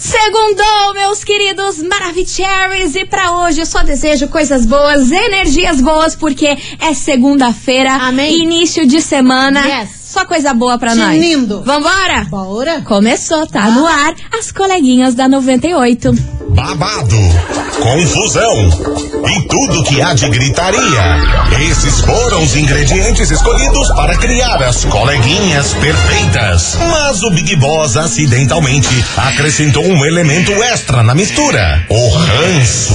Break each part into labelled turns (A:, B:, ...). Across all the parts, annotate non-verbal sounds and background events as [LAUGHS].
A: Segundou, meus queridos Maravicheries. E pra hoje eu só desejo coisas boas, energias boas, porque é segunda-feira,
B: Amém.
A: início de semana.
B: Yes.
A: Só coisa boa pra nós.
B: Tinindo.
A: Vambora?
B: Bora? Ah.
A: Começou, tá no ar, as coleguinhas da 98.
C: babado, confusão e tudo que há de gritaria. Esses foram os ingredientes escolhidos para criar as coleguinhas perfeitas. Mas o Big Boss acidentalmente acrescentou um elemento extra na mistura: o ranço.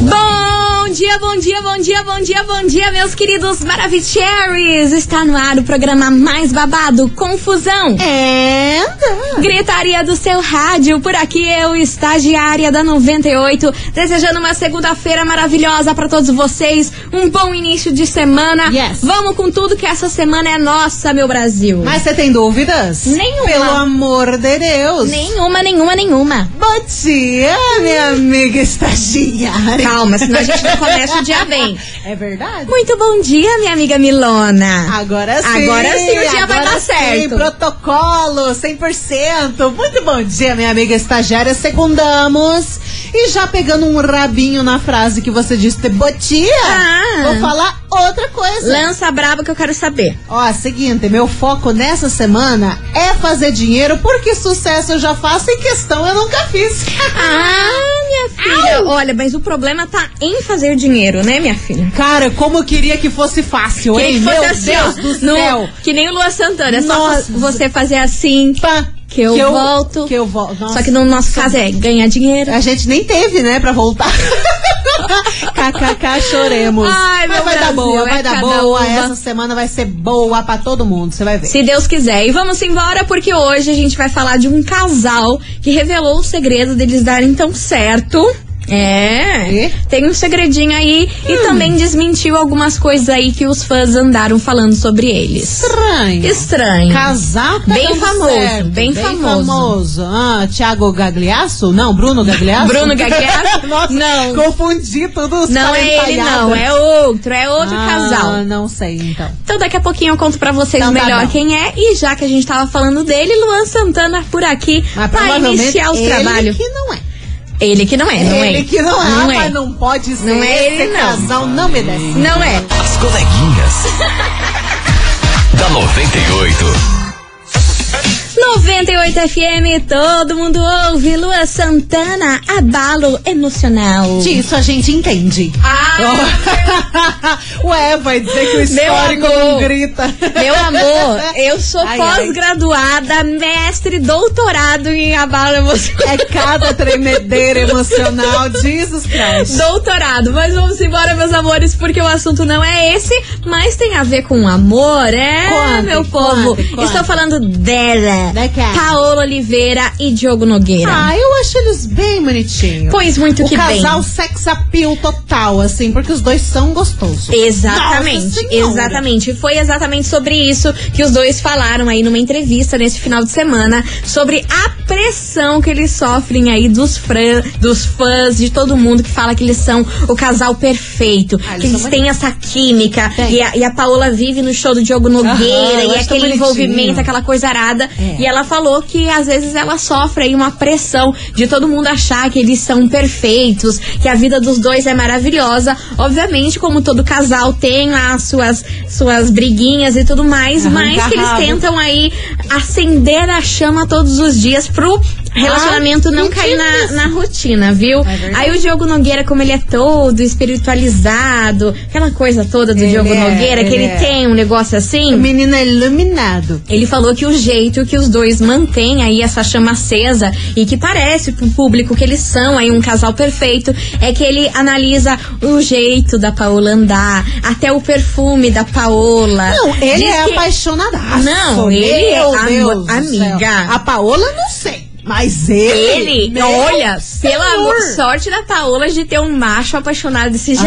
A: Bom dia, bom dia, bom dia, bom dia, bom dia, meus queridos Maravicheries. Está no ar o programa mais babado, Confusão.
B: É.
A: Gritaria do seu rádio, por aqui eu, estagiária da 98, desejando uma segunda-feira maravilhosa pra todos vocês, um bom início de semana.
B: Yes.
A: Vamos com tudo que essa semana é nossa, meu Brasil.
B: Mas você tem dúvidas?
A: Nenhuma.
B: Pelo amor de Deus.
A: Nenhuma, nenhuma, nenhuma.
B: Bom dia, minha amiga estagiária.
A: Calma, senão a gente não começa o dia bem.
B: É verdade?
A: Muito bom dia, minha amiga Milona.
B: Agora sim.
A: Agora sim o dia vai
B: agora
A: dar
B: sim,
A: certo.
B: protocolo 100%. Muito bom dia, minha amiga estagiária. Segundamos. E já pegando um rabinho na frase que você disse, botia,
A: Ah.
B: vou falar outra coisa.
A: Lança braba que eu quero saber.
B: Ó, seguinte, meu foco nessa semana é fazer dinheiro, porque sucesso eu já faço e questão eu nunca fiz.
A: [LAUGHS] Ah, minha filha. Olha, mas o problema tá em fazer dinheiro, né, minha filha?
B: Cara, como eu queria que fosse fácil,
A: Quem
B: hein?
A: fosse
B: meu
A: assim, ó,
B: Deus do
A: no-
B: céu.
A: que nem o Luan Santana, é só
B: Nossa.
A: você fazer assim.
B: Pá,
A: Que eu volto.
B: Que eu volto.
A: Só que no nosso caso é ganhar dinheiro.
B: A gente nem teve, né, pra
A: [LAUGHS]
B: voltar. KKK, choremos.
A: Ai, meu
B: Mas vai dar
A: Brasil,
B: boa,
A: é
B: vai dar
A: cada
B: boa.
A: uma.
B: Essa semana vai ser boa pra todo mundo, você vai ver.
A: Se Deus quiser. E vamos embora porque hoje a gente vai falar de um casal que revelou o segredo deles darem tão certo. É,
B: E? Hum.
A: tem um segredinho aí e também desmentiu algumas coisas aí que os fãs andaram falando sobre eles.
B: Estranho.
A: Estranho.
B: Casal tá
A: Bem
B: dando
A: famoso,
B: certo,
A: bem famoso.
B: famoso. Ah, Thiago Gagliasso? Não, Bruno Gagliasso? [LAUGHS]
A: Bruno Gagliasso?
B: Nossa,
A: Não.
B: Confundi tudo. os
A: Não é ele,
B: palhaços.
A: não, é outro, é outro
B: Ah,
A: casal.
B: Não sei, então.
A: Então daqui a pouquinho eu conto pra vocês
B: Então tá
A: melhor
B: bom.
A: quem é. E já que a gente tava falando dele, Luan Santana por aqui
B: Mas
A: pra
B: provavelmente
A: iniciar os
B: ele
A: trabalhos.
B: que não é.
A: Ele que não é, não
B: ele
A: é.
B: que não é.
A: Não
B: Ah,
A: é.
B: mas não pode ser.
A: Não é
B: Esse
A: ele, não.
B: casal não me desce.
A: Não é.
D: As coleguinhas. [LAUGHS] da 98.
A: 98 FM, todo mundo ouve. Luan Santana, abalo emocional.
B: Disso a gente entende. Oh.
A: Ah,
B: [LAUGHS] Ué, vai dizer que o histórico não
A: amor.
B: grita.
A: meu amor, eu sou
B: Ai, ai.
A: pós-graduada, mestre, doutorado em abalo emocional.
B: É cada tremedeira emocional, Jesus Christ.
A: Doutorado, mas vamos embora, meus amores, porque o assunto não é esse, mas tem a ver com amor, é,
B: Conte,
A: meu povo?
B: conte, conte.
A: Estou falando dela,
B: Da quem?
A: Paola Oliveira e Diogo Nogueira.
B: [LAUGHS] Ah, eu acho eles bem bonitinhos.
A: Pois muito
B: o
A: que bem.
B: casal sex appeal total, assim, porque os dois são gostosos. Nossa
A: Exatamente,
B: Senhora.
A: exatamente. E Foi exatamente sobre isso que os dois falaram aí numa entrevista nesse final de semana sobre a pressão que eles sofrem aí dos, fran, dos fãs, de todo mundo que fala que eles são o casal perfeito,
B: Ah, eles
A: que eles
B: são
A: têm essa química.
B: Tem.
A: E a, e a Paola vive no show do Diogo
B: Aham,
A: Nogueira
B: eu
A: e
B: acho tão
A: aquele
B: bonitinho.
A: envolvimento, aquela coisa arada.
B: É.
A: E ela falou que às vezes ela sofre aí uma pressão de todo mundo achar que eles são perfeitos, que a vida dos dois é maravilhosa. Obviamente, como todo casal tem lá as suas, suas briguinhas e tudo mais,
B: Arranca
A: mas que eles
B: rabo.
A: tentam aí acender a chama todos os dias pro
B: Ah,
A: relacionamento não cair na,
B: entendi
A: na rotina, viu?
B: É verdade.
A: aí o Diogo Nogueira, como ele é todo espiritualizado, aquela coisa toda do
B: Ele
A: Diogo
B: é,
A: Nogueira, que
B: ele
A: ele
B: é.
A: tem um negócio
B: O
A: assim.
B: menino é iluminado.
A: Ele falou que o jeito que os dois mantêm aí essa chama acesa e que parece pro público que eles são aí um casal perfeito é que ele analisa o jeito da Paola andar, até o perfume da Paola.
B: Não, ele
A: Diz
B: é
A: que-
B: apaixonadaço.
A: Não, ele
B: Meu
A: é
B: Deus
A: amo-
B: do céu.
A: amiga.
B: A Paola, não sei. Mas ele.
A: Ele,
B: meu
A: olha,
B: senhor.
A: pela sorte da Paola de ter um macho apaixonado desse
B: Aham.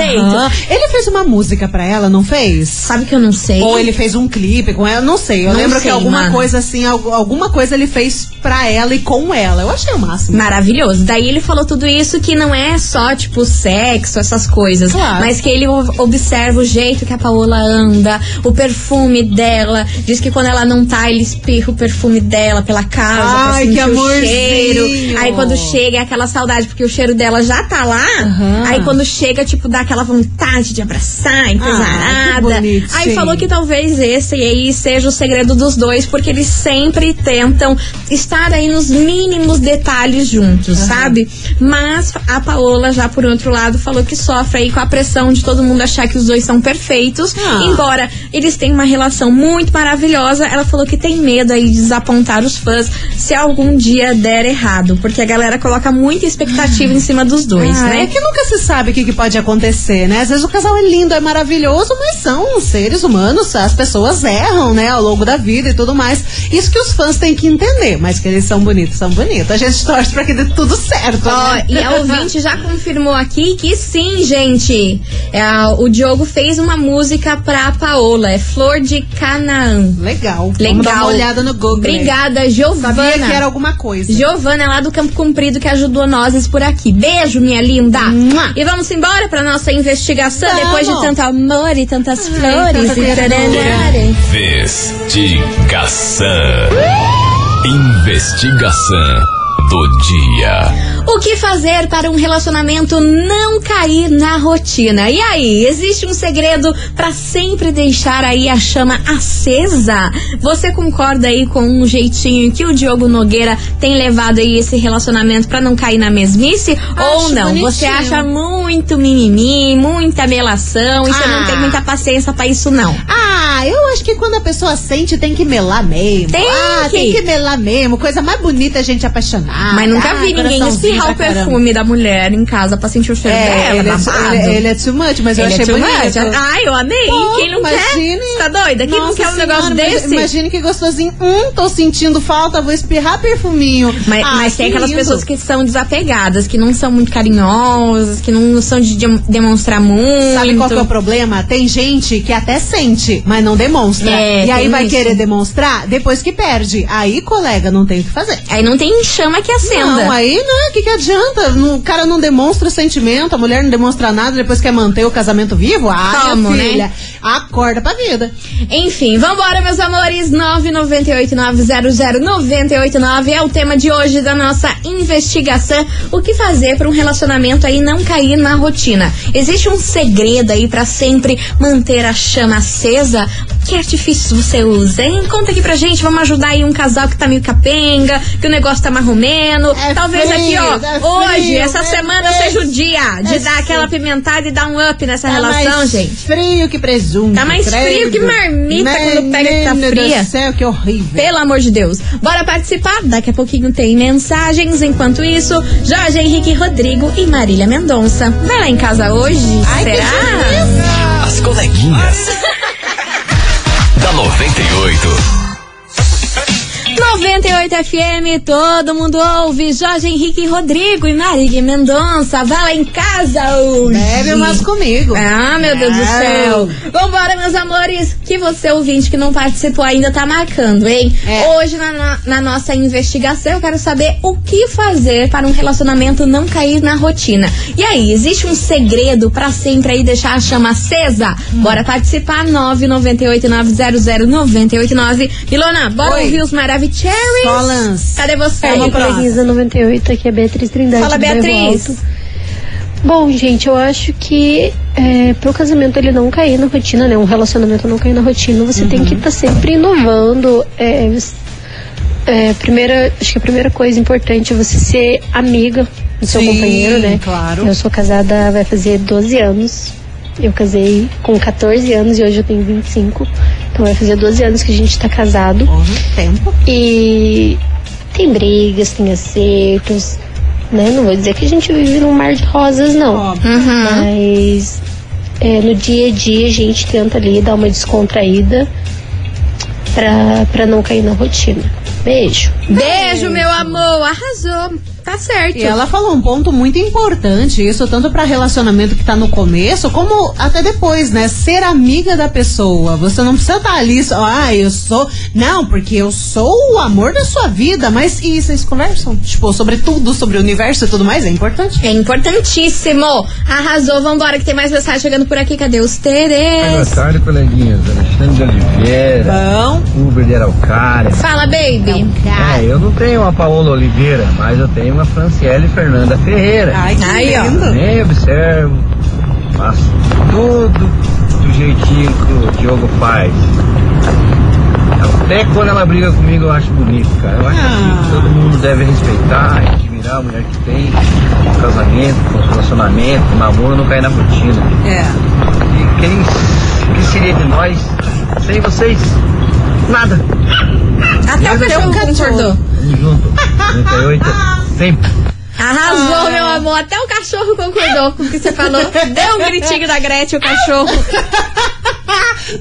A: jeito.
B: Ele fez uma música pra ela, não fez?
A: Sabe que eu não sei?
B: Ou ele fez um clipe com ela, não sei. Eu
A: Não
B: lembro que
A: sei,
B: alguma
A: mano.
B: coisa assim, al- alguma coisa ele fez pra ela e com ela. Eu achei o máximo.
A: Maravilhoso. Daí ele falou tudo isso que não é só, tipo, sexo, essas coisas.
B: Claro.
A: Mas que ele o- observa o jeito que a Paola anda, o perfume dela. Diz que quando ela não tá, ele espirra o perfume dela pela casa. pra
B: Ai,
A: sentir
B: que
A: o
B: amorzinho.
A: cheiro. Aí quando chega é aquela saudade, porque o cheiro dela já tá lá.
B: Aham.
A: Aí quando chega, tipo, dá aquela vontade de abraçar,
B: Ah, que
A: empesarada. Aí
B: bonitinho.
A: falou que talvez esse aí seja o segredo dos dois, porque eles sempre tentam estar aí nos mínimos detalhes juntos, sabe? Mas a Paola, já por outro lado, falou que sofre aí com a pressão de todo mundo achar que os dois são perfeitos.
B: Ah.
A: Embora eles tenham uma relação muito maravilhosa, ela falou que tem medo aí de desapontar os fãs se algum dia der errado, porque a galera coloca muita expectativa em cima dos dois,
B: Ah,
A: né?
B: É que nunca se sabe o que, que pode acontecer, né? Às vezes o casal é lindo, é maravilhoso, mas são seres humanos, as pessoas erram, né, ao longo da vida e tudo mais. Isso que os fãs têm que entender, mas que eles são bonitos, são bonitos. A gente torce pra que dê tudo certo.
A: Ó,
B: né?
A: e é a
B: [LAUGHS]
A: ouvinte já confirmou aqui que sim, gente. É, o Diogo fez uma música pra Paola, é Flor de Canaã.
B: Legal.
A: Legal.
B: Vamos dar uma olhada no Google.
A: Obrigada, Giovana.
B: Sabia que era alguma coisa.
A: Giovana lá do Campo Comprido que ajudou nós por aqui. Beijo, minha linda.
B: Mua.
A: E vamos embora pra nossa investigação
B: Vamos. tá
A: depois de tanto amor e tantas flores
B: tanta
A: e
B: ternura.
A: tararara.
D: Investigação. Investigação do dia.
A: O que fazer para um relacionamento não cair na rotina? E aí, existe um segredo para sempre deixar aí a chama acesa? Você concorda aí com um jeitinho que o Diogo Nogueira tem levado aí esse relacionamento para não cair na mesmice? Ou não?
B: bonitinho.
A: Você acha muito mimimi, muita melação e você não
B: Ah.
A: tem muita paciência para isso não?
B: Ah, eu acho que quando a pessoa sente, tem que melar mesmo.
A: Tem
B: ah,
A: que.
B: tem que melar mesmo. Coisa mais bonita é a gente apaixonar.
A: Mas nunca
B: Ah,
A: vi ninguém
B: coraçãozinho
A: espirrar
B: pra
A: o
B: caramba.
A: perfume da mulher em casa pra sentir o cheiro
B: É,
A: dela,
B: ele,
A: babado.
B: é, ele, ele é too much, mas eu
A: Ele
B: achei
A: too
B: bonito.
A: much. Ai, eu amei.
B: Pô,
A: Quem não
B: imagine.
A: quer? Tá doida? Quem não
B: Nossa
A: quer um
B: senhora, mas
A: negócio desse?
B: Imagine que gostosinho. Hum, tô sentindo falta, vou espirrar perfuminho.
A: Mas,
B: Ah,
A: mas tem
B: que
A: aquelas
B: lindo.
A: pessoas que são desapegadas, que não são muito carinhosas, que não são de dem- demonstrar muito.
B: Sabe qual que é o problema? Tem gente que até sente, mas não demonstra.
A: É,
B: e aí
A: tem
B: vai
A: isso.
B: querer demonstrar depois que perde. Aí, colega, não tem o que fazer.
A: Aí não tem chama que acenda.
B: Não, aí não, o que, que adianta? Não, O cara não demonstra o sentimento, a mulher não demonstra nada, depois quer manter o casamento vivo? Ah,
A: Como,
B: minha
A: né?
B: filha, acorda pra vida.
A: Enfim, vambora, meus amores. 998900989 é o tema de hoje da nossa investigação. O que fazer para um relacionamento aí não cair na rotina? Existe um segredo aí para sempre manter a chama acesa? Que artifício você usa, hein? Conta aqui pra gente, vamos ajudar aí um casal que tá meio capenga, que o negócio tá marromeno.
B: É
A: Talvez
B: frio,
A: aqui, ó,
B: é
A: hoje,
B: frio,
A: essa
B: é
A: semana
B: frio.
A: seja o dia de
B: É
A: dar
B: frio. Tá
A: aquela pimentada e dar um up nessa relação,
B: mais
A: gente.
B: frio que presunto.
A: Tá mais frio que marmita quando pega que tá
B: Menino
A: fria.
B: do céu, que horrível.
A: Pelo amor de Deus. Bora participar? Daqui a pouquinho tem mensagens. Enquanto isso, Jorge Henrique Rodrigo e Marília Mendonça. Vai lá em casa hoje?
B: Ai, que
A: será?
D: As coleguinhas. [LAUGHS] da 98.
A: 98 FM, todo mundo ouve. Jorge Henrique Rodrigo e Marília Mendonça. Vai lá em casa hoje.
B: Bebe umas comigo.
A: Ah, meu Deus do céu. Vambora, meus amores, que você ouvinte que não participou ainda tá marcando, hein?
B: É.
A: Hoje, na, na- na nossa investigação, eu quero saber o que fazer para um relacionamento não cair na rotina. E aí, existe um segredo pra sempre aí deixar a chama acesa?
B: Hum.
A: Bora participar, 998-900-989. Ilona, bora
B: Oi.
A: ouvir os Maravicherrys?
B: Só lança.
A: Cadê você?
E: É
B: Calma,
A: Ilona?
B: próxima.
E: Coleguinhas da 98, aqui é Beatriz Trindade.
A: Fala,
E: do bairro
A: Beatriz.
E: Alto. Bom, gente, eu acho que é, pro casamento ele não cair na rotina, né? Um relacionamento não cair na rotina, você tem que estar sempre inovando. É, você- é, primeira, acho que a primeira coisa importante é você ser amiga do seu
B: Sim,
E: companheiro, né?
B: claro.
E: Eu sou casada, vai fazer 12 anos. Eu casei com 14 anos e hoje eu tenho 25. Então vai fazer 12 anos que a gente tá casado.
B: Houve um tempo.
E: E tem brigas, tem acertos, né? Não vou dizer que a gente vive num mar de rosas, não.
B: Óbvio.
E: Mas é, no dia a dia a gente tenta ali dar uma descontraída. pra, pra não cair na rotina. Beijo.
A: Beijo, meu amor. Arrasou. Tá certo.
B: E ela falou um ponto muito importante, isso tanto para relacionamento que tá no começo, como até depois, né? Ser amiga da pessoa. Você não precisa estar ali só, ah, eu sou. Não, porque eu sou o amor da sua vida. Mas e vocês conversam? Tipo, sobre tudo, sobre o universo e tudo mais, é importante.
A: É importantíssimo. Arrasou. Vambora, que tem mais mensagem chegando por aqui. Cadê os
F: Boa
A: Terês?
F: tarde, coleguinhas. Alexandre de Oliveira,
B: Bom,
F: Uber de Araucária.
A: Fala, baby.
F: É, eu não tenho uma Paola Oliveira, mas eu tenho uma Franciele Fernanda Ferreira.
B: ai, que
A: Aí, ó.
B: lindo.
F: Nem observo, faço tudo do jeitinho que o Diogo faz. Então, Até quando ela briga comigo eu acho bonito, cara. Eu acho
B: Ah.
F: que todo mundo deve respeitar, admirar a mulher que tem, o casamento, o relacionamento, o namoro, não cair na rotina.
B: É.
F: E quem, que seria de nós sem vocês? Nada.
A: Até o cachorro
B: cachorro.
A: concordou.
F: Tamo junto. 98 sempre.
A: Arrasou,
B: Ah.
A: meu amor. Até o cachorro concordou com o que você falou. Deu um gritinho da Gretchen,
B: [LAUGHS]
A: o cachorro.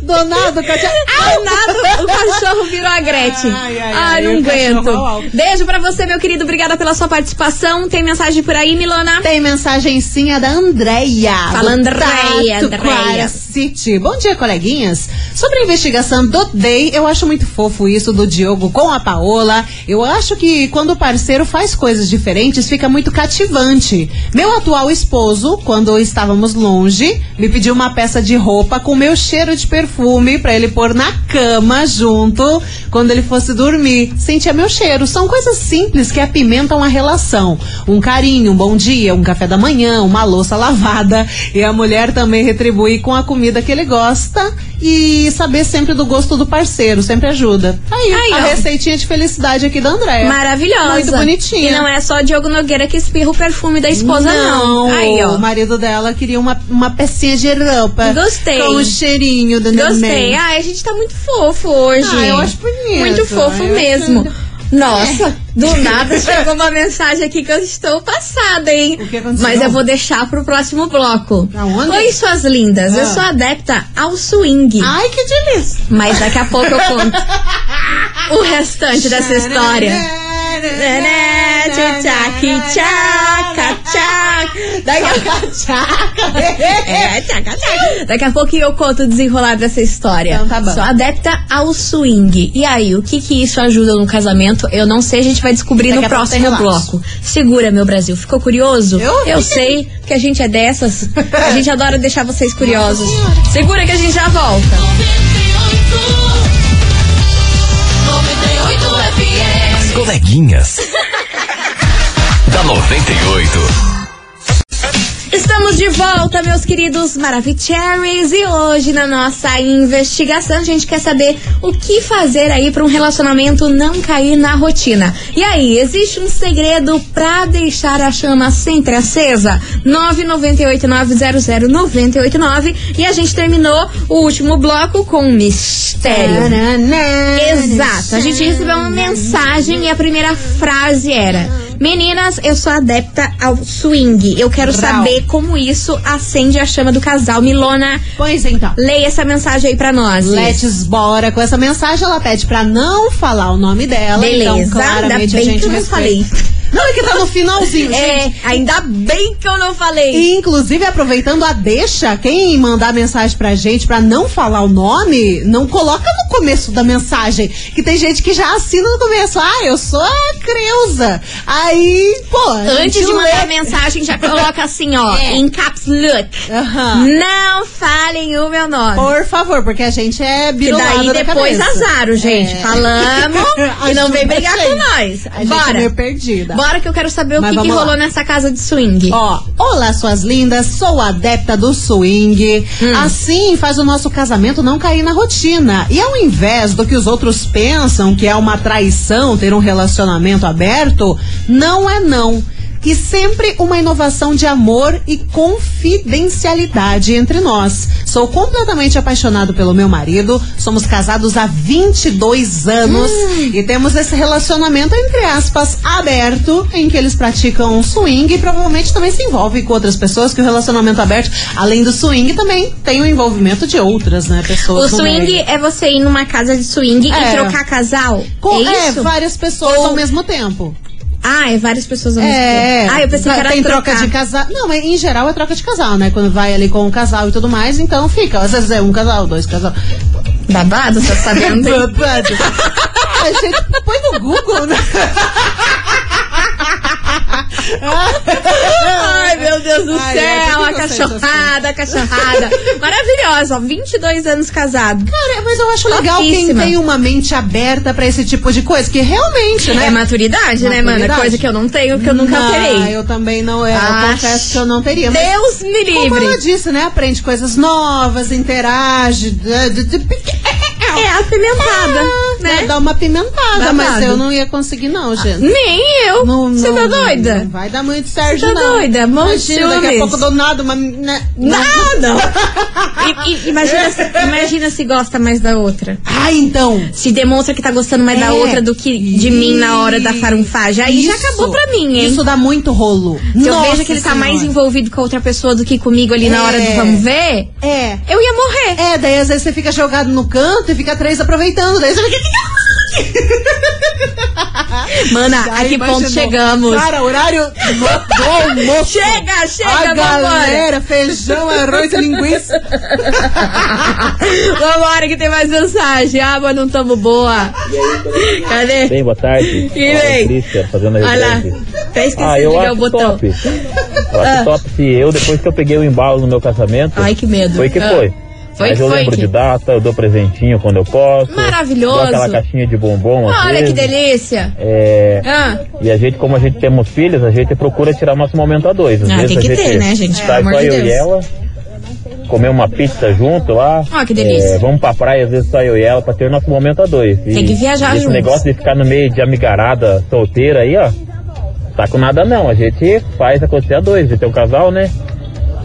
B: Donado, Katia.
A: Ai, Ah, nada, o cachorro virou a Gretchen.
B: Ai,
A: Ai,
B: ai, ai,
A: não
B: o cachorro
A: aguento.
B: au, au.
A: Beijo pra você, meu querido. Obrigada pela sua participação. Tem mensagem por aí, Milona?
B: Tem mensagenzinha da Andreia.
A: Fala,
B: do
A: Andreia,
B: Tatuquara
A: Andreia.
B: City. Bom dia, coleguinhas. Sobre a investigação do Day, eu acho muito fofo isso do Diogo com a Paola. Eu acho que quando o parceiro faz coisas diferentes, fica muito cativante. Meu atual esposo, quando estávamos longe, me pediu uma peça de roupa com meu cheiro de perfume pra ele pôr na cama junto quando ele fosse dormir. Sentia meu cheiro. São coisas simples que apimentam a relação. Um carinho, um bom dia, um café da manhã, uma louça lavada. E a mulher também retribui com a comida que ele gosta e saber sempre do gosto do parceiro, sempre ajuda. Aí,
A: Aí,
B: a
A: ó.
B: receitinha de felicidade aqui da Andréia.
A: Maravilhosa.
B: Muito bonitinha.
A: E não é só Diogo Nogueira que espirra o perfume da esposa, não. Aí, ó.
B: O marido dela queria uma, uma pecinha de roupa.
A: Gostei.
B: Com o cheirinho do
A: Gostei.
B: neném.
A: Ai, a gente tá muito fofo hoje.
B: Ah, eu acho bonito.
A: Muito fofo
B: Eu
A: mesmo.
B: acho- É.
A: Nossa, do nada chegou uma mensagem aqui que eu estou passada, hein?
B: O que aconteceu?
A: Mas eu vou deixar pro próximo bloco.
B: Aonde?
A: Oi, suas lindas. Eu
B: Ah.
A: sou adepta ao swing.
B: Ai, que delícia.
A: Mas daqui a pouco eu
B: [LAUGHS]
A: conto o restante dessa história. É, tchaca, tchaca. Daqui a pouco eu conto o desenrolar dessa história.
B: Então tá bom.
A: Sou adepta ao swing. E aí, o que que isso ajuda no casamento? Eu não sei, a gente vai descobrir
B: Daqui
A: no
B: a pouco tem
A: próximo
B: relato.
A: bloco. Segura, meu Brasil. Ficou curioso?
B: Eu?
A: sei que a gente é dessas. A gente adora deixar
B: [LAUGHS]
A: vocês curiosos. Segura que a gente já volta.
G: 98 FM.
D: As coleguinhas. [LAUGHS] da 98.
A: Estamos de volta, meus queridos Maravicheries, e hoje na nossa investigação a gente quer saber o que fazer aí para um relacionamento não cair na rotina. E aí, existe um segredo para deixar a chama sempre acesa? 998900989 e a gente terminou o último bloco com um mistério. Exato. A gente recebeu uma mensagem e a primeira frase era: Meninas, eu sou adepta ao swing. Eu quero
B: Brau.
A: saber como isso acende a chama do casal. Milona,
B: Pois então.
A: leia essa mensagem aí pra nós.
B: Let's bora com essa mensagem. Ela pede pra não falar o nome dela.
A: Beleza,
B: então, claramente
A: ainda bem
B: a gente
A: que eu não
B: respeita.
A: falei.
B: Não, é que tá no finalzinho, gente.
A: [LAUGHS] É, ainda bem que eu não falei.
B: E, inclusive, aproveitando a deixa, quem mandar mensagem pra gente pra não falar o nome, não coloca no começo da mensagem. Que tem gente que já assina no começo. Ah, eu sou a Creuza. Aí, pô. a
A: Antes
B: gente
A: de mandar a
B: lê. É.
A: mensagem, já coloca
B: [LAUGHS]
A: assim, ó, em caps look.
B: Aham.
A: Não falem o meu nome.
B: Por favor, porque a gente é
A: Que
B: birulada
A: daí
B: da
A: depois
B: cabeça.
A: azaro, gente.
B: É. [LAUGHS]
A: Falamos e não vem
B: Ajuda
A: brigar
B: a gente.
A: com nós.
B: A gente é
A: Bora.
B: meio perdida.
A: Bora que eu quero saber o
B: Mas
A: que, que
B: vamos lá.
A: rolou nessa casa de swing.
B: Ó, olá suas lindas, sou adepta do swing.
A: Hum.
B: Assim faz o nosso casamento não cair na rotina. E ao invés do que os outros pensam que é uma traição ter um relacionamento aberto, não é não. e sempre uma inovação de amor e confidencialidade entre nós. Sou completamente apaixonado pelo meu marido, somos casados há 22 anos
A: Hum.
B: e temos esse relacionamento, entre aspas, aberto, em que eles praticam swing e provavelmente também se envolvem com outras pessoas, que o relacionamento aberto, além do swing, também tem o envolvimento de outras, né,
A: O
B: pessoas. no meio.
A: swing é você ir numa casa de swing
B: É.
A: e trocar casal?
B: Com,
A: é
B: é,
A: isso?
B: várias pessoas
A: Ou-
B: ao mesmo tempo.
A: Ah, é várias pessoas ao mesmo
B: É.
A: tempo. Ah, eu pensei que era
B: Tem
A: trocar.
B: troca de casal. Não, mas em geral é troca de casal, né? Quando vai ali com um casal e tudo mais, então fica. Às vezes é um casal, dois casal.
A: Babado, você tá sabendo? hein? [LAUGHS]
B: Babado. A gente põe no Google, né?
A: Ai, meu Deus do
B: Ai, é eu
A: céu,
B: tô
A: a
B: com
A: cachorrada, a cachorrada. Maravilhosa, ó, 22 anos casado.
B: Cara, mas eu acho legal quem
A: Pouquíssima.
B: tem uma mente aberta pra esse tipo de coisa, que realmente, né?
A: É maturidade, né, mano?
B: Maturidade.
A: Coisa que eu não tenho, que eu nunca
B: ah,
A: terei.
B: eu também não é.
A: Ah,
B: Eu confesso que eu não teria. Mas
A: Deus me
B: como
A: livre.
B: ela disse, né? Aprende coisas novas, interage. d- d- [LAUGHS] d-
A: É apimentada,
B: Ah,
A: né?
B: Vai dar uma pimentada,
A: Babado. Ah,
B: mas eu não ia conseguir, não, gente.
A: Nem eu.
B: Não,
A: Você
B: não,
A: tá
B: não,
A: doida?
B: Não vai dar muito certo,
A: Você tá
B: não.
A: doida? Mão de
B: Imagina, daqui
A: ciúmes.
B: a pouco do nada uma. Né,
A: Nada!
B: [LAUGHS]
A: E- e- imagina, se, imagina se gosta mais da outra.
B: Ah, então.
A: Se demonstra que tá gostando mais da
B: É.
A: outra do que de mim na hora da farunfagem. Aí já
B: Isso.
A: acabou pra mim, hein?
B: Isso dá muito rolo.
A: Se eu
B: Nossa
A: vejo que ele tá
B: Senhora.
A: mais envolvido com a outra pessoa do que comigo ali na hora do
B: É.
A: vamos ver,
B: É.
A: eu ia morrer.
B: É, daí às vezes você fica jogado no canto e fica três aproveitando. Daí você fica. tá
A: Mana,
B: Já
A: a que ponto
B: imaginou.
A: chegamos?
B: Cara, horário do- do almoço.
A: Chega, chega,
B: A
A: vambora.
B: galera, feijão, arroz e linguiça.
A: [LAUGHS] Vambora que tem mais mensagem. Ah, mas não tamo boa. Cadê?
G: Bem, boa tarde.
A: É. E
G: Fala,
A: vem.
G: Christian, fazendo a
A: Olha lá.
G: reportagem.
A: Até esqueci
G: Ah,
A: de
G: eu
A: ligar
G: acho
A: o botão.
G: top. Eu acho
A: Ah.
G: top se eu, depois que eu peguei o embalo no meu casamento.
A: Ai, que medo.
G: Foi que
A: Ah.
G: foi.
A: Foi
G: Mas
A: que
G: eu
A: foi
G: lembro
A: que-
G: de data, eu dou presentinho quando eu posso.
A: Maravilhoso.
G: Dou aquela caixinha de bombom. às
A: Olha que
G: vezes.
A: delícia.
G: É,
A: Ah.
G: e a gente, como a gente temos filhos, a gente procura tirar o nosso momento a dois. Às
A: Ah,
G: vezes
A: tem que
G: a gente
A: ter, né, gente? Pelo
G: Sai
A: amor
G: só
A: de
G: eu e
A: Deus.
G: ela, comer uma pizza junto lá.
A: Ó, Ah, que delícia.
G: É, vamos pra praia, às vezes só eu e ela, pra ter nosso momento a dois. E
A: Tem que viajar
G: Esse
A: juntos.
G: negócio de ficar no meio de amigarada solteira aí, ó. Tá com nada não, a gente faz acontecer a dois, a gente é um casal, né?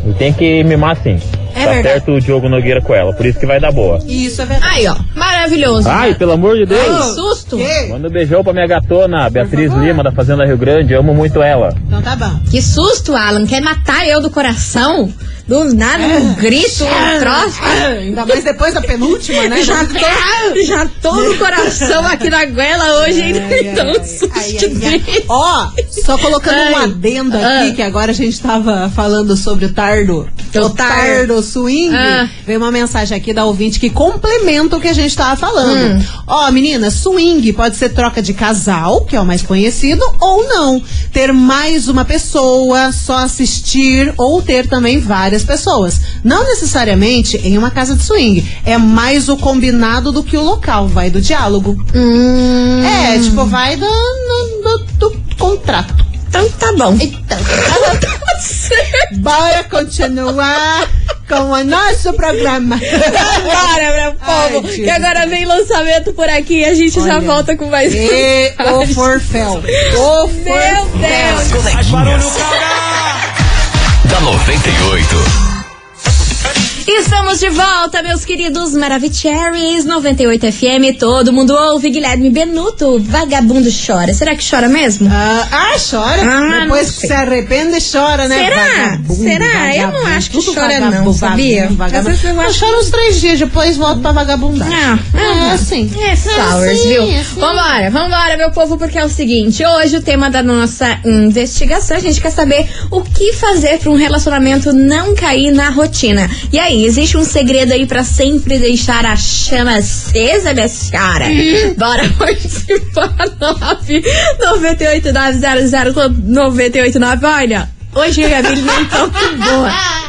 G: E tem que mimar sim.
A: É
G: tá
A: verdade.
G: certo o Diogo Nogueira com ela, por isso que vai dar boa.
B: Isso é verdade.
A: Aí, ó. Maravilhoso.
G: Ai, pelo amor de
A: Que
G: Deus!
A: susto.
B: Ok?
G: Manda um beijão pra minha gatona, Beatriz Lima, da Fazenda Rio Grande. Amo muito ela.
B: Então tá bom.
A: Que susto, Alan. Quer matar eu do coração? Do nada,
B: Ah,
A: um grito, [LAUGHS] um troço.
B: Ainda mais depois da penúltima, né?
A: Já tô, já tô no coração aqui na goela hoje, hein? Então, susto
B: Ai, ai, ai.
A: desse.
B: Ó, só colocando um
A: Ai.
B: adendo aqui,
A: Ah.
B: que agora a gente tava falando sobre o tardo.
A: O
B: O tardo swing.
A: Ah.
B: Veio uma mensagem aqui da ouvinte que complementa o que a gente tava falando.
A: Hum.
B: Ó, menina, swing pode ser troca de casal, que é o mais conhecido, ou não. Ter mais uma pessoa, só assistir, ou ter também várias pessoas. Não necessariamente em uma casa de swing. É mais o combinado do que o local, vai do diálogo.
A: Hum,
B: É, tipo, vai do, do- do- do contrato.
A: então tá bom.
B: Então,
A: [LAUGHS]
B: bora continuar com o nosso programa.
A: Bora, meu povo.
B: Ai,
A: que agora vem lançamento por aqui e a gente já
B: Olha.
A: volta com mais.
B: E o forfel. O
A: Meu
B: forfel.
A: Deus.
D: Coleguinhas. Da 98.
A: Estamos de volta, meus queridos Maravicheries 98 FM. Todo mundo ouve Guilherme Benuto. Vagabundo chora. Será que chora mesmo?
B: Ah, ah, chora.
A: Ah,
B: Depois
A: não
B: que
A: sei.
B: se arrepende, chora, né?
A: Será? Será? Eu não acho que
B: tudo
A: chora, não,
B: vagabundo,
A: sabia?
B: vagabundo,
A: Às
B: Vagabundo.
A: vezes eu
B: Eu
A: acho
B: choro uns três dias, depois volto pra vagabundar.
A: Ah,
B: é assim.
A: É flowers,
B: assim,
A: viu?
B: é assim.
A: Vambora, vambora, meu povo, porque é o seguinte: hoje o tema da nossa investigação, a gente quer saber o que fazer pra um relacionamento não cair na rotina. E aí, existe um segredo aí pra sempre deixar a chama acesa, minha senhora? Bora participar 989 Olha, hoje eu e a Mili não tão um
B: [LAUGHS]
A: boa.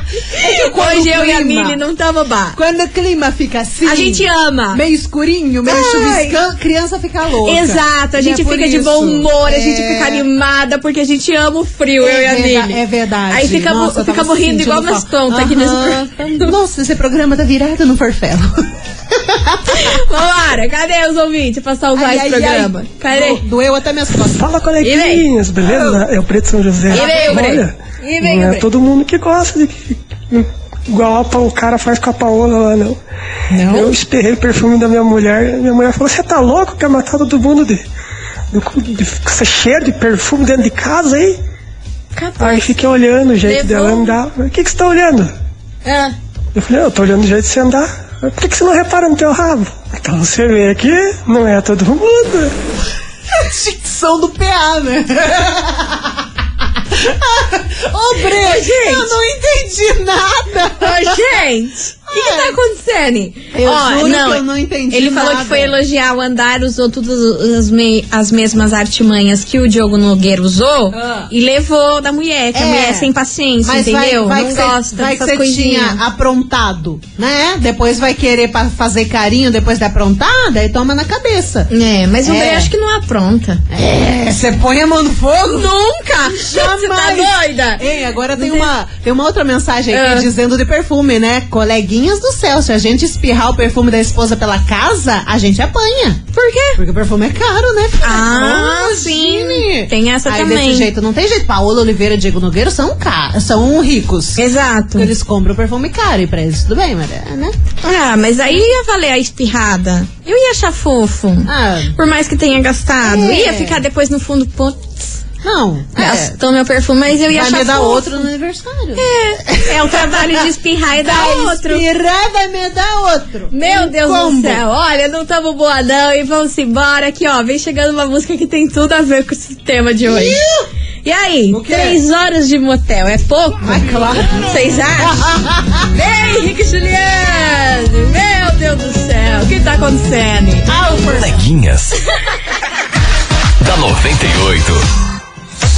A: Hoje eu e a
B: É clima-
A: Mili não tamo bar.
B: Quando o clima fica assim.
A: A gente ama.
B: Meio escurinho, meio
A: Ai.
B: chuviscando, criança fica Tá louca.
A: Exato, a gente
B: E é por
A: fica de
B: isso.
A: bom humor, a
B: É.
A: gente fica animada, porque a gente ama o frio, eu e a
B: verda-
A: Mili.
B: É verdade.
A: Aí fica,
B: Nossa, eu
A: fica
B: tava
A: morrendo igual
B: sentindo
A: umas
B: falta.
A: tontas aqui nesse
B: Aham. Nossa, esse programa tá virado no farfelo.
A: Vambora, cadê os ouvintes pra salvar
B: Ai,
A: esse
B: ai,
A: programa?
B: ai.
A: Cadê?
B: Do- Doeu até minhas costas.
H: Fala, coleguinhas, beleza? É o Preto São José.
A: E vem, o Breno?
H: Olha,
A: E vem, o
H: não é
A: Breno?
H: todo mundo que gosta de... que- Igual a Pa- o cara faz com a Paola lá, não.
B: Não?
H: Eu esperrei o perfume da minha mulher. Minha mulher falou, você tá louco? Quer matar todo mundo de... de- de- com esse cheiro de perfume dentro de casa, aí? Aí
A: Capaz.
H: fiquei olhando o jeito
A: Levou.
H: dela andar. O que, que você tá olhando?
A: Ah,
H: Eu falei, eu tô olhando o jeito de você andar. Por que, que você não repara no teu rabo? Então você vê que não é todo mundo.
B: Dicção do PA, [LAUGHS] né? Ô, Breno, eu não entendi nada.
A: Ô, gente, o que, que tá acontecendo?
B: Eu juro que eu não entendi
A: Ele falou
B: nada.
A: que foi elogiar o andar, usou todas as, me- as mesmas artimanhas que o Diogo Nogueira usou
B: Ah.
A: e levou da mulher, que a
B: É.
A: mulher é sem paciência, entendeu?
B: Vai, vai
A: não
B: que cê-
A: gosta
B: vai que
A: dessas
B: você
A: coisinhas.
B: tinha aprontado, né? Depois vai querer pa- fazer carinho depois da aprontada e toma na cabeça.
A: É, mas o
B: É.
A: André acho que não apronta.
B: É, você põe a mão no fogo?
A: Nunca! Você tá doida?
B: Ei, agora tem uma, tem uma outra mensagem aqui
A: Ah.
B: dizendo de perfume, né? Coleguinhas do céu, se a gente espirrar o perfume da esposa pela casa, a gente apanha.
A: Por quê?
B: Porque o perfume é caro, né? filha?
A: Ah,
B: Imagine.
A: sim. Tem essa
B: Aí,
A: também.
B: desse jeito, não tem jeito. Paola Oliveira e Diego Nogueiro são, ca- são ricos.
A: Exato.
B: Eles compram perfume caro e pra eles tudo bem, mas, é, né?
A: Ah, mas aí ia valer a espirrada. Eu ia achar fofo.
B: Ah.
A: Por mais que tenha gastado.
B: É.
A: Ia ficar depois no fundo, putz,
B: Não. É.
A: gastou meu perfume, mas eu ia
B: Vai
A: achar
B: me dar
A: fofo.
B: outro né? no aniversário.
A: [LAUGHS] É, é o trabalho de espirrar e dar
B: Vai
A: outro.
B: Inspirar, vai me dar outro.
A: Meu
B: Um
A: Deus
B: combo.
A: do céu, olha, não tamo boa não e vamos embora aqui, ó. Vem chegando uma música que tem tudo a ver com esse tema de hoje. E aí,
B: O quê?
A: três horas de motel, é pouco?
B: Ah, claro.
A: Vocês
B: [LAUGHS]
H: [LAUGHS]
A: acham? Vem, Henrique e Juliano! Meu Deus do céu, o que tá acontecendo?
D: Coleguinhas. da 98.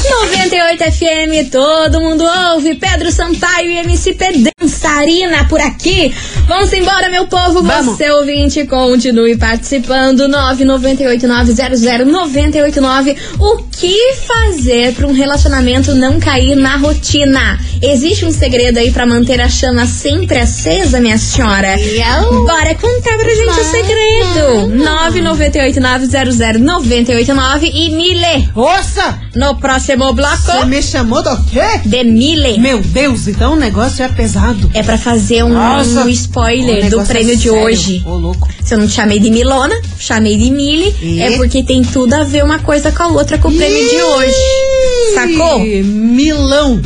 A: 98 FM, todo mundo ouve. Pedro Sampaio e MCP Dançarina por aqui. Vamos embora, meu povo.
B: Vamos.
A: Você ouvinte, continue participando. 998-900-989. O que fazer para um relacionamento não cair na rotina? Existe um segredo aí para manter a chama sempre acesa, minha senhora?
B: Eu?
A: Bora contar pra gente o segredo. 998-900-989 e Mile.
B: Nossa,
A: No próximo
B: você
A: bloco,
B: me chamou do quê?
A: de Mille.
B: Meu Deus, então o negócio é pesado.
A: É pra fazer um,
B: Nossa,
A: um
B: o
A: spoiler do
B: negócio
A: prêmio
B: é
A: de
B: sério.
A: hoje.
B: Ô, louco.
A: Se eu não te chamei de Milona, chamei de Mille,
B: E?
A: é porque tem tudo a ver uma coisa com a outra com o prêmio de hoje. Sacou?
B: Ih, Milão.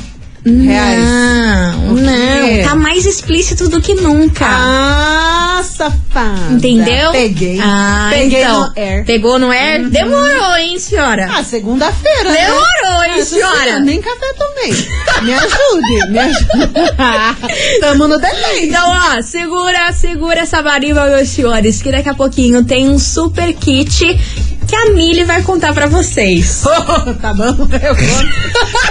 B: Reais.
A: Não,
B: O quê?
A: não. Tá mais explícito do que nunca.
B: Ah, safada.
A: Entendeu?
B: Peguei.
A: Ah,
B: Peguei
A: então.
B: no air. Uhum.
A: Pegou no air? Demorou, hein, senhora?
B: Ah, segunda-feira, né?
A: Demorou, hein,
B: Ah,
A: senhora?
B: Nem café tomei. Me ajude, me
A: [LAUGHS]
B: ajude. Tamo no delay.
A: Então, ó, segura, segura essa bariba, meus senhores, que daqui a pouquinho tem um super kit que a Mili vai contar pra vocês.
B: Oh, [LAUGHS] tá bom, eu conto.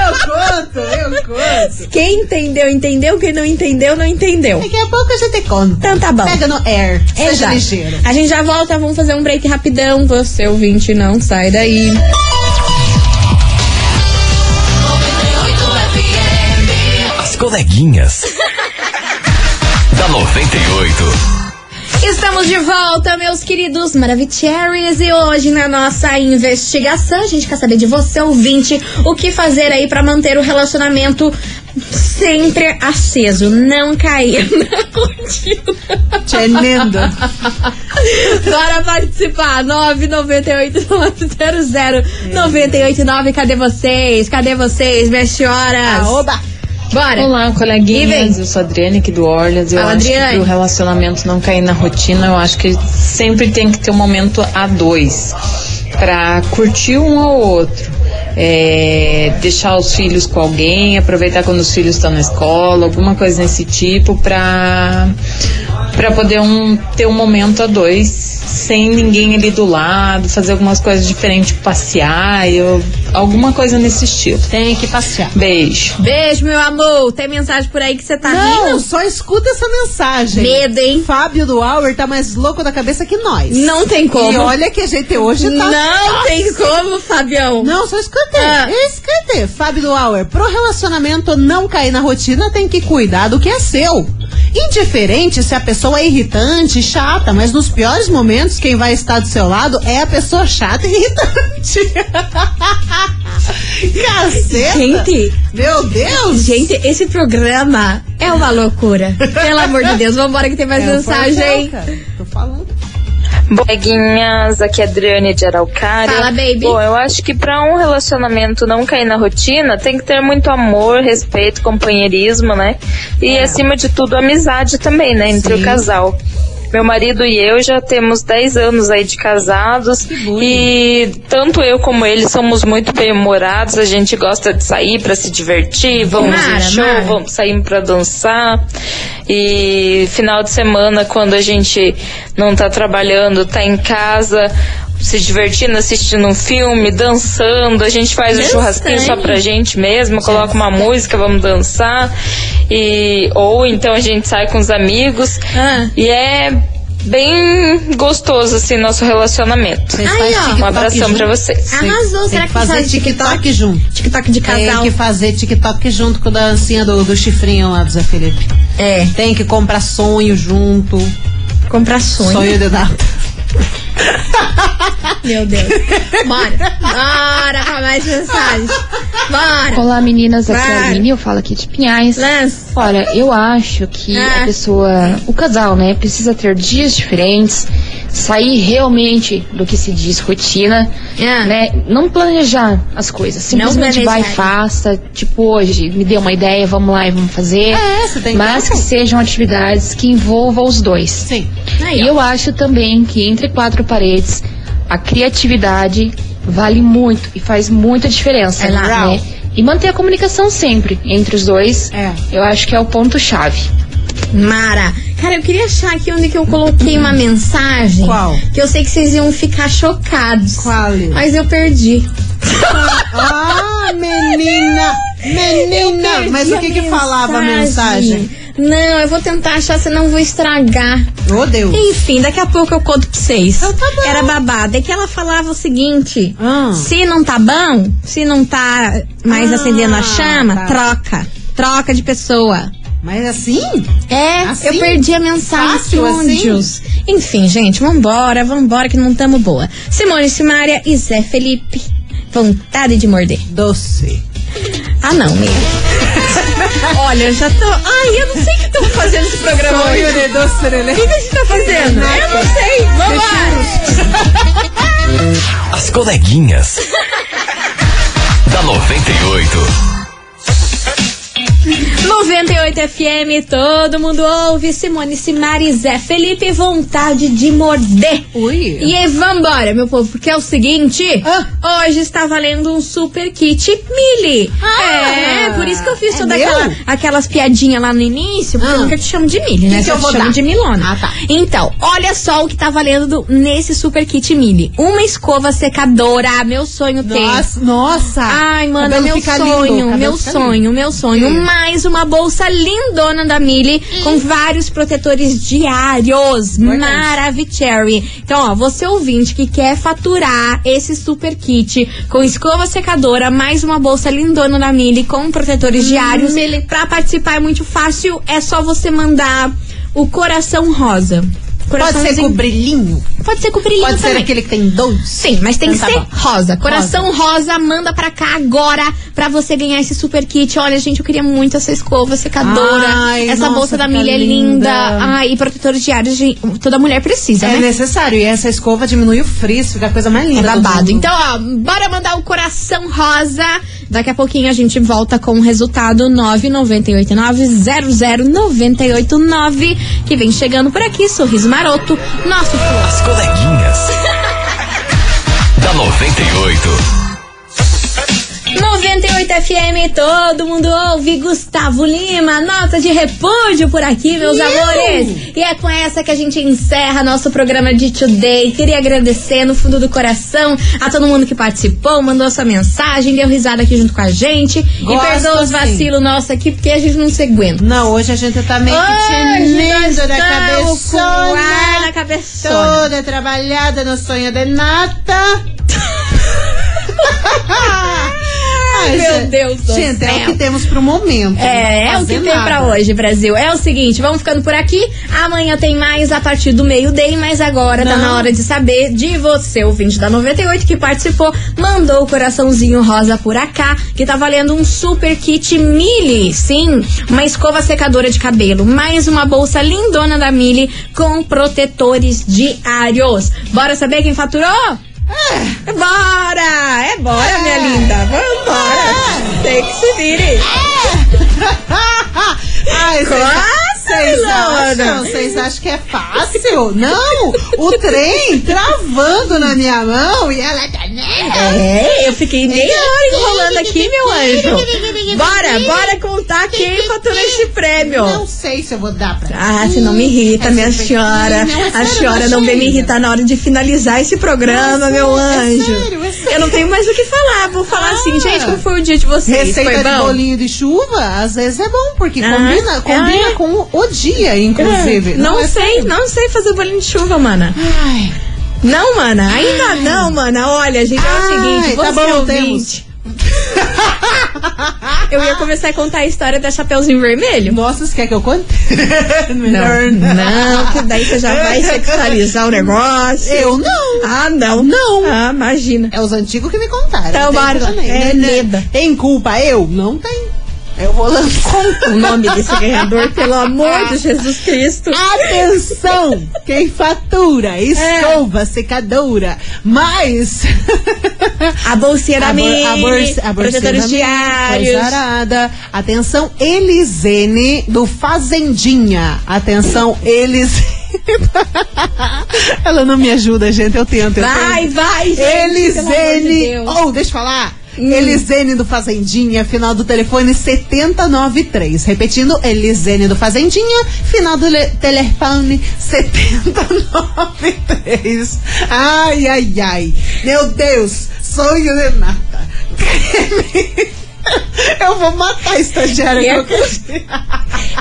B: Eu conto, eu conto.
A: Quem entendeu, entendeu. Quem não entendeu, não entendeu.
B: Daqui a pouco a gente conta.
A: Então tá bom.
B: Pega no air. Seja
A: Exato.
B: ligeiro.
A: A gente já volta, vamos fazer um break rapidão. Você ouvinte, não sai daí.
D: As coleguinhas. da 98.
A: Estamos de volta, meus queridos Maravicheries, e hoje na nossa investigação a gente quer saber de você, ouvinte, o que fazer aí pra manter o relacionamento sempre aceso, não cair [LAUGHS] na rotina.
B: Tremendo.
A: Bora participar, 998-900-989, cadê vocês? Cadê vocês, minhas senhoras?
B: Oba.
A: Bora!
I: Olá,
A: E
I: coleguinhas.
A: vem.
I: Eu sou a Adriane aqui do Orleans. Eu
A: Fala,
I: acho
A: Adriane.
I: que o relacionamento não cair na rotina, eu acho que sempre tem que ter um momento a dois pra curtir um ao outro. É, deixar os filhos com alguém, aproveitar quando os filhos estão na escola, alguma coisa desse tipo pra para poder um, ter um momento a dois sem ninguém ali do lado, fazer algumas coisas diferentes, passear, eu, alguma coisa nesse estilo.
B: Tem que passear.
I: Beijo.
A: Beijo, meu amor! Tem mensagem por aí que você tá
B: Não,
A: rindo?
B: só escuta essa mensagem.
A: Medo, hein?
B: Fábio do Auer tá mais louco da cabeça que nós.
A: Não tem como.
B: E olha que a gente hoje tá.
A: Não tem como, Fabião.
B: Não, só escutei.
A: Ah.
B: Escutei. Fábio do Auer, pro relacionamento não cair na rotina, tem que cuidar do que é seu. Indiferente se a pessoa é irritante, chata, mas nos piores momentos, quem vai estar do seu lado é a pessoa chata e irritante. [LAUGHS] Caceta!
A: Gente.
B: Meu Deus!
A: Gente, esse programa é uma loucura. Pelo amor de Deus, vambora que tem mais
B: É o
A: mensagem.
B: Pororoca, Tô falando.
J: Boneguinhas, aqui é Adriane de Araucária.
A: Fala, baby.
J: Bom, eu acho que pra um relacionamento não cair na rotina, tem que ter muito amor, respeito, companheirismo, né? E
A: É.
J: acima de tudo, amizade também, né? Entre o casal. Meu marido e eu já temos 10 anos aí de casados e tanto eu como ele somos muito bem-humorados, a gente gosta de sair pra se divertir, vamos
A: Mara,
J: em show,
A: Mara.
J: vamos saímos para dançar e final de semana quando a gente não tá trabalhando, tá em casa, se divertindo, assistindo um filme, dançando, a gente faz um
A: Dançando.
J: churrasquinho só pra gente mesmo, coloca uma música, vamos dançar e ou então a gente sai com os amigos
A: Ah.
J: e é bem gostoso assim nosso relacionamento.
B: Vocês
A: Aí,
B: fazem
A: ó. Um
J: Um
B: TikTok
J: abração
B: junto?
J: pra vocês.
B: Tem-
A: Arrasou,
B: tem
A: será
B: que
A: que
B: fazer
A: faz
B: TikTok,
A: TikTok?
B: junto?
A: TikTok de casal.
B: Tem que fazer TikTok junto com a dancinha do, do chifrinho lá do Zé Felipe.
A: É,
B: Tem que comprar sonho junto.
A: comprar sonho.
B: Sonho de nada.
A: [LAUGHS] Meu Deus. Bora. Bora pra mais mensagens. Bora.
E: Olá meninas, aqui é
A: Vai.
E: a Aline, eu falo aqui de Pinhais.
A: Lance.
E: Olha, eu acho que
A: Ah.
E: a pessoa, o casal, né, precisa ter dias diferentes, sair realmente do que se diz rotina,
A: Ah.
E: né? Não planejar as coisas, simplesmente vai e
A: planejar.
E: faça, tipo hoje, me deu uma ideia, vamos lá e vamos fazer.
B: É, você tem
E: mas que
B: tempo.
E: sejam atividades que envolvam os dois.
B: Sim.
A: Aí,
E: E
A: ó.
E: eu acho também que entre quatro paredes a criatividade vale muito e faz muita diferença,
A: É lá.
E: né? E manter a comunicação sempre entre os dois,
B: É.
E: eu acho que é o ponto chave.
A: Mara. Cara, eu queria achar aqui onde que eu coloquei uma mensagem.
B: Qual?
A: Que eu sei que vocês iam ficar chocados.
B: Qual?
A: Mas eu perdi.
B: [LAUGHS] Ah, menina! Menina!
A: Perdi
B: Mas o que
A: a
B: que falava a mensagem?
A: Não, eu vou tentar achar, senão eu vou estragar.
B: Ô, Oh, Deus.
A: Enfim, daqui a pouco eu conto pra vocês.
B: Então tá bom.
A: Era babada. É que ela falava o seguinte:
B: Ah.
A: se não tá bom, se não tá mais
B: Ah,
A: acendendo a chama,
B: tá.
A: troca. Troca de pessoa.
B: Mas assim?
A: É,
B: Assim?
A: eu perdi a mensagem.
B: Fácil assim?
A: Július. Enfim, gente, vambora, vambora, que não tamo boa. Simone Simária e Zé Felipe. Vontade de morder.
B: Doce.
A: Ah, não, meu. [LAUGHS] Olha, eu já tô. Ai, eu não sei o que estão fazendo esse programa hoje.
B: de doce, né,
A: O que, que a gente tá fazendo? Eu não sei. Vambora.
D: As coleguinhas. da 98.
A: 98 FM, todo mundo ouve. Simone Simari, e Zé Felipe, vontade de morder.
B: Ui.
A: E aí, vambora, meu povo, porque é o seguinte:
B: Ah.
A: hoje está valendo um super kit Mili.
B: Ah,
A: é, por isso que eu fiz
B: é
A: todas
B: meu?
A: aquela, aquelas piadinhas lá no início, porque
B: Ah.
A: eu nunca te chamo de Mili, né?
B: que
A: Só
B: eu vou
A: te chamo
B: dar?
A: de Milona.
B: Ah, tá.
A: Então, olha só o que tá valendo do- nesse super kit Mili: uma escova secadora, meu sonho tem.
B: Nossa, nossa.
A: Ai, mano, é
B: Cabelo
A: meu
B: fica
A: sonho,
B: lindo, cabelo
A: meu
B: fica
A: sonho, meu sonho. Mais uma bolsa lindona da Mili, com vários protetores diários. Maravicherry. Então, ó, você ouvinte que quer faturar esse super kit com escova secadora, mais uma bolsa lindona da Mili, com protetores
B: Hum.
A: diários. Pra participar é muito fácil, é só você mandar o coração rosa.
B: Pode ser com
A: Coraçãozinho-
B: brilhinho?
A: Pode ser com brilhinho
B: Pode ser
A: também.
B: aquele que tem dois?
A: Sim, mas tem que
B: Então tá
A: ser
B: bom.
A: rosa. Coração rosa. manda pra cá agora pra você ganhar esse super kit. Olha, gente, eu queria muito essa escova secadora.
B: Ai,
A: essa
B: nossa,
A: bolsa da
B: fica
A: milha é linda.
B: linda.
A: Ai, e protetores diários, gente, toda mulher precisa,
B: É
A: né?
B: necessário. E essa escova diminui o frizz, fica a coisa mais
A: É
B: linda. do
A: babado.
B: mundo.
A: Então, ó, bora mandar o coração rosa. Daqui a pouquinho a gente volta com o resultado 998900989 que vem chegando por aqui, sorriso maroto, nosso flor.
D: As coleguinhas. da 98.
A: 98 FM, todo mundo ouve Gustavo Lima, nota de repúdio por aqui, meus amores. E é com essa que a gente encerra nosso programa de Today. Queria agradecer no fundo do coração a todo mundo que participou, mandou sua mensagem, deu risada aqui junto com a gente.
B: Gosto,
A: e perdoa os
B: sim.
A: vacilos nossos aqui, porque a gente não se aguenta.
B: Não, hoje a gente tá meio que
A: Hoje nós
B: tinindo da
A: estamos com o ar
B: cabeçona.
A: na cabeçona.
B: Toda trabalhada no sonho de nata.
A: Ai, meu Deus do
B: Gente,
A: céu.
B: é o que temos pro momento.
A: É, é o que tem pra hoje, Brasil. É o seguinte, vamos ficando por aqui. Amanhã tem mais a partir do meio-day, mas agora tá
B: Não.
A: na hora de saber de você, ouvinte da 98, que participou, mandou o coraçãozinho rosa por acá, que tá valendo um super kit Mili. Sim, uma escova secadora de cabelo, mais uma bolsa lindona da Mili com protetores diários. Bora saber quem faturou? É. Bora! É bora, minha linda! Vambora! Tem que se vire!
B: [LAUGHS] Ai, vocês-
A: Quase,
B: vocês
A: Luana.
B: acham, vocês acham que é fácil? Não! O trem travando na minha mão e ela tá Então,
A: É, eu fiquei meia
B: assim,
A: hora enrolando
B: [LAUGHS]
A: aqui, meu anjo. Bora, bora contar quem faturou esse prêmio.
B: Não sei se eu vou dar pra
A: Ah, você não me irrita, minha
B: super
A: senhora.
B: pequenininha. É
A: A
B: sério,
A: senhora não vem me
B: imagina.
A: irritar na hora de finalizar esse programa, meu anjo.
B: é sério, é sério. Ah.
A: Eu não tenho mais o que falar. Vou falar assim, gente, como foi o dia de vocês?
B: Receita
A: foi
B: de
A: bom?
B: bolinho de chuva, às vezes é bom, porque
A: Ah,
B: combina,
A: é.
B: combina com o dia, inclusive.
A: É, Não,
B: é
A: sei,
B: sério?
A: não sei fazer bolinho de chuva, mana.
B: Ai,
A: Não, mana, ainda não, mana. Olha, gente, é o
B: Ai,
A: seguinte,
B: tá
A: você
B: bom,
A: ouvinte. [LAUGHS] Eu ia começar a contar a história da Chapeuzinho Vermelho.
B: nossa, você quer que eu conte? [LAUGHS]
A: Não,
B: Melhor
A: não, que daí você já vai sexualizar o negócio.
B: Eu não.
A: Ah, não. Não. Ah, imagina.
B: É os antigos que me contaram.
A: Então,
B: não tem
A: Bárbara,
B: culpa nem,
A: é
B: né?
A: leda.
B: Tem culpa? Eu? Não tem. Eu vou lançar.
A: O nome desse ganhador, pelo amor de Jesus Cristo. É.
B: Atenção! Quem fatura, escova, secadora, mas.
A: A bolsinha da
B: A bor- a bors- a
A: Mini,
B: bolsinha da
A: protetores
B: Mini,
A: diários.
B: coisa arada. Atenção, Elisene do Fazendinha. Atenção, Elisene. [LAUGHS] Ela não me ajuda, gente. Eu tento. eu
A: Vai,
B: tento.
A: vai, gente, pelo amor de
B: Elisene.
A: Deus. Hum.
B: oh, deixa eu falar. Elisene do Fazendinha, final do telefone 7093. Repetindo, Elisene do Fazendinha, final do le- telefone 7093. Ai, ai, ai. Meu Deus, sonho de nata. Eu vou matar a estagiária.
A: E é-
B: que eu acredito.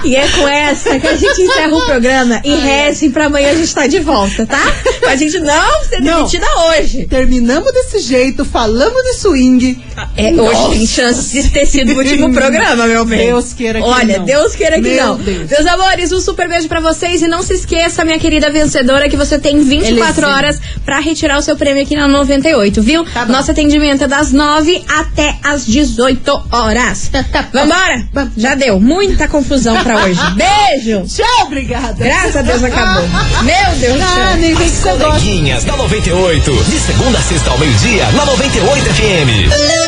A: E é com essa que a gente encerra o programa. E rezem pra amanhã a gente tá de volta, tá? Pra gente não ser
B: Não.
A: demitida hoje.
B: Terminamos desse jeito, falamos de swing.
A: É, hoje tem chance de ter sido o último tipo um programa, meu bem.
B: Deus queira que
A: Olha,
B: não.
A: Deus queira que
B: Meu
A: não.
B: Deus.
A: Meus amores, um super beijo pra vocês. E não se esqueça, minha querida vencedora, que você tem 24
B: Eliseu.
A: horas pra retirar o seu prêmio aqui na 98, viu?
B: Tá bom.
A: Nosso atendimento é das 9 até as 18 horas. Vambora?
B: Tá, Vamos.
A: Já deu. Muita confusão pra
B: [LAUGHS]
A: hoje. Beijo!
B: Tchau, obrigada.
A: Graças a Deus acabou. Meu Deus do
B: Ah,
A: céu.
B: nem vi que você gosta.
D: Coleguinhas da 98. De segunda a sexta ao meio-dia, na 98 FM.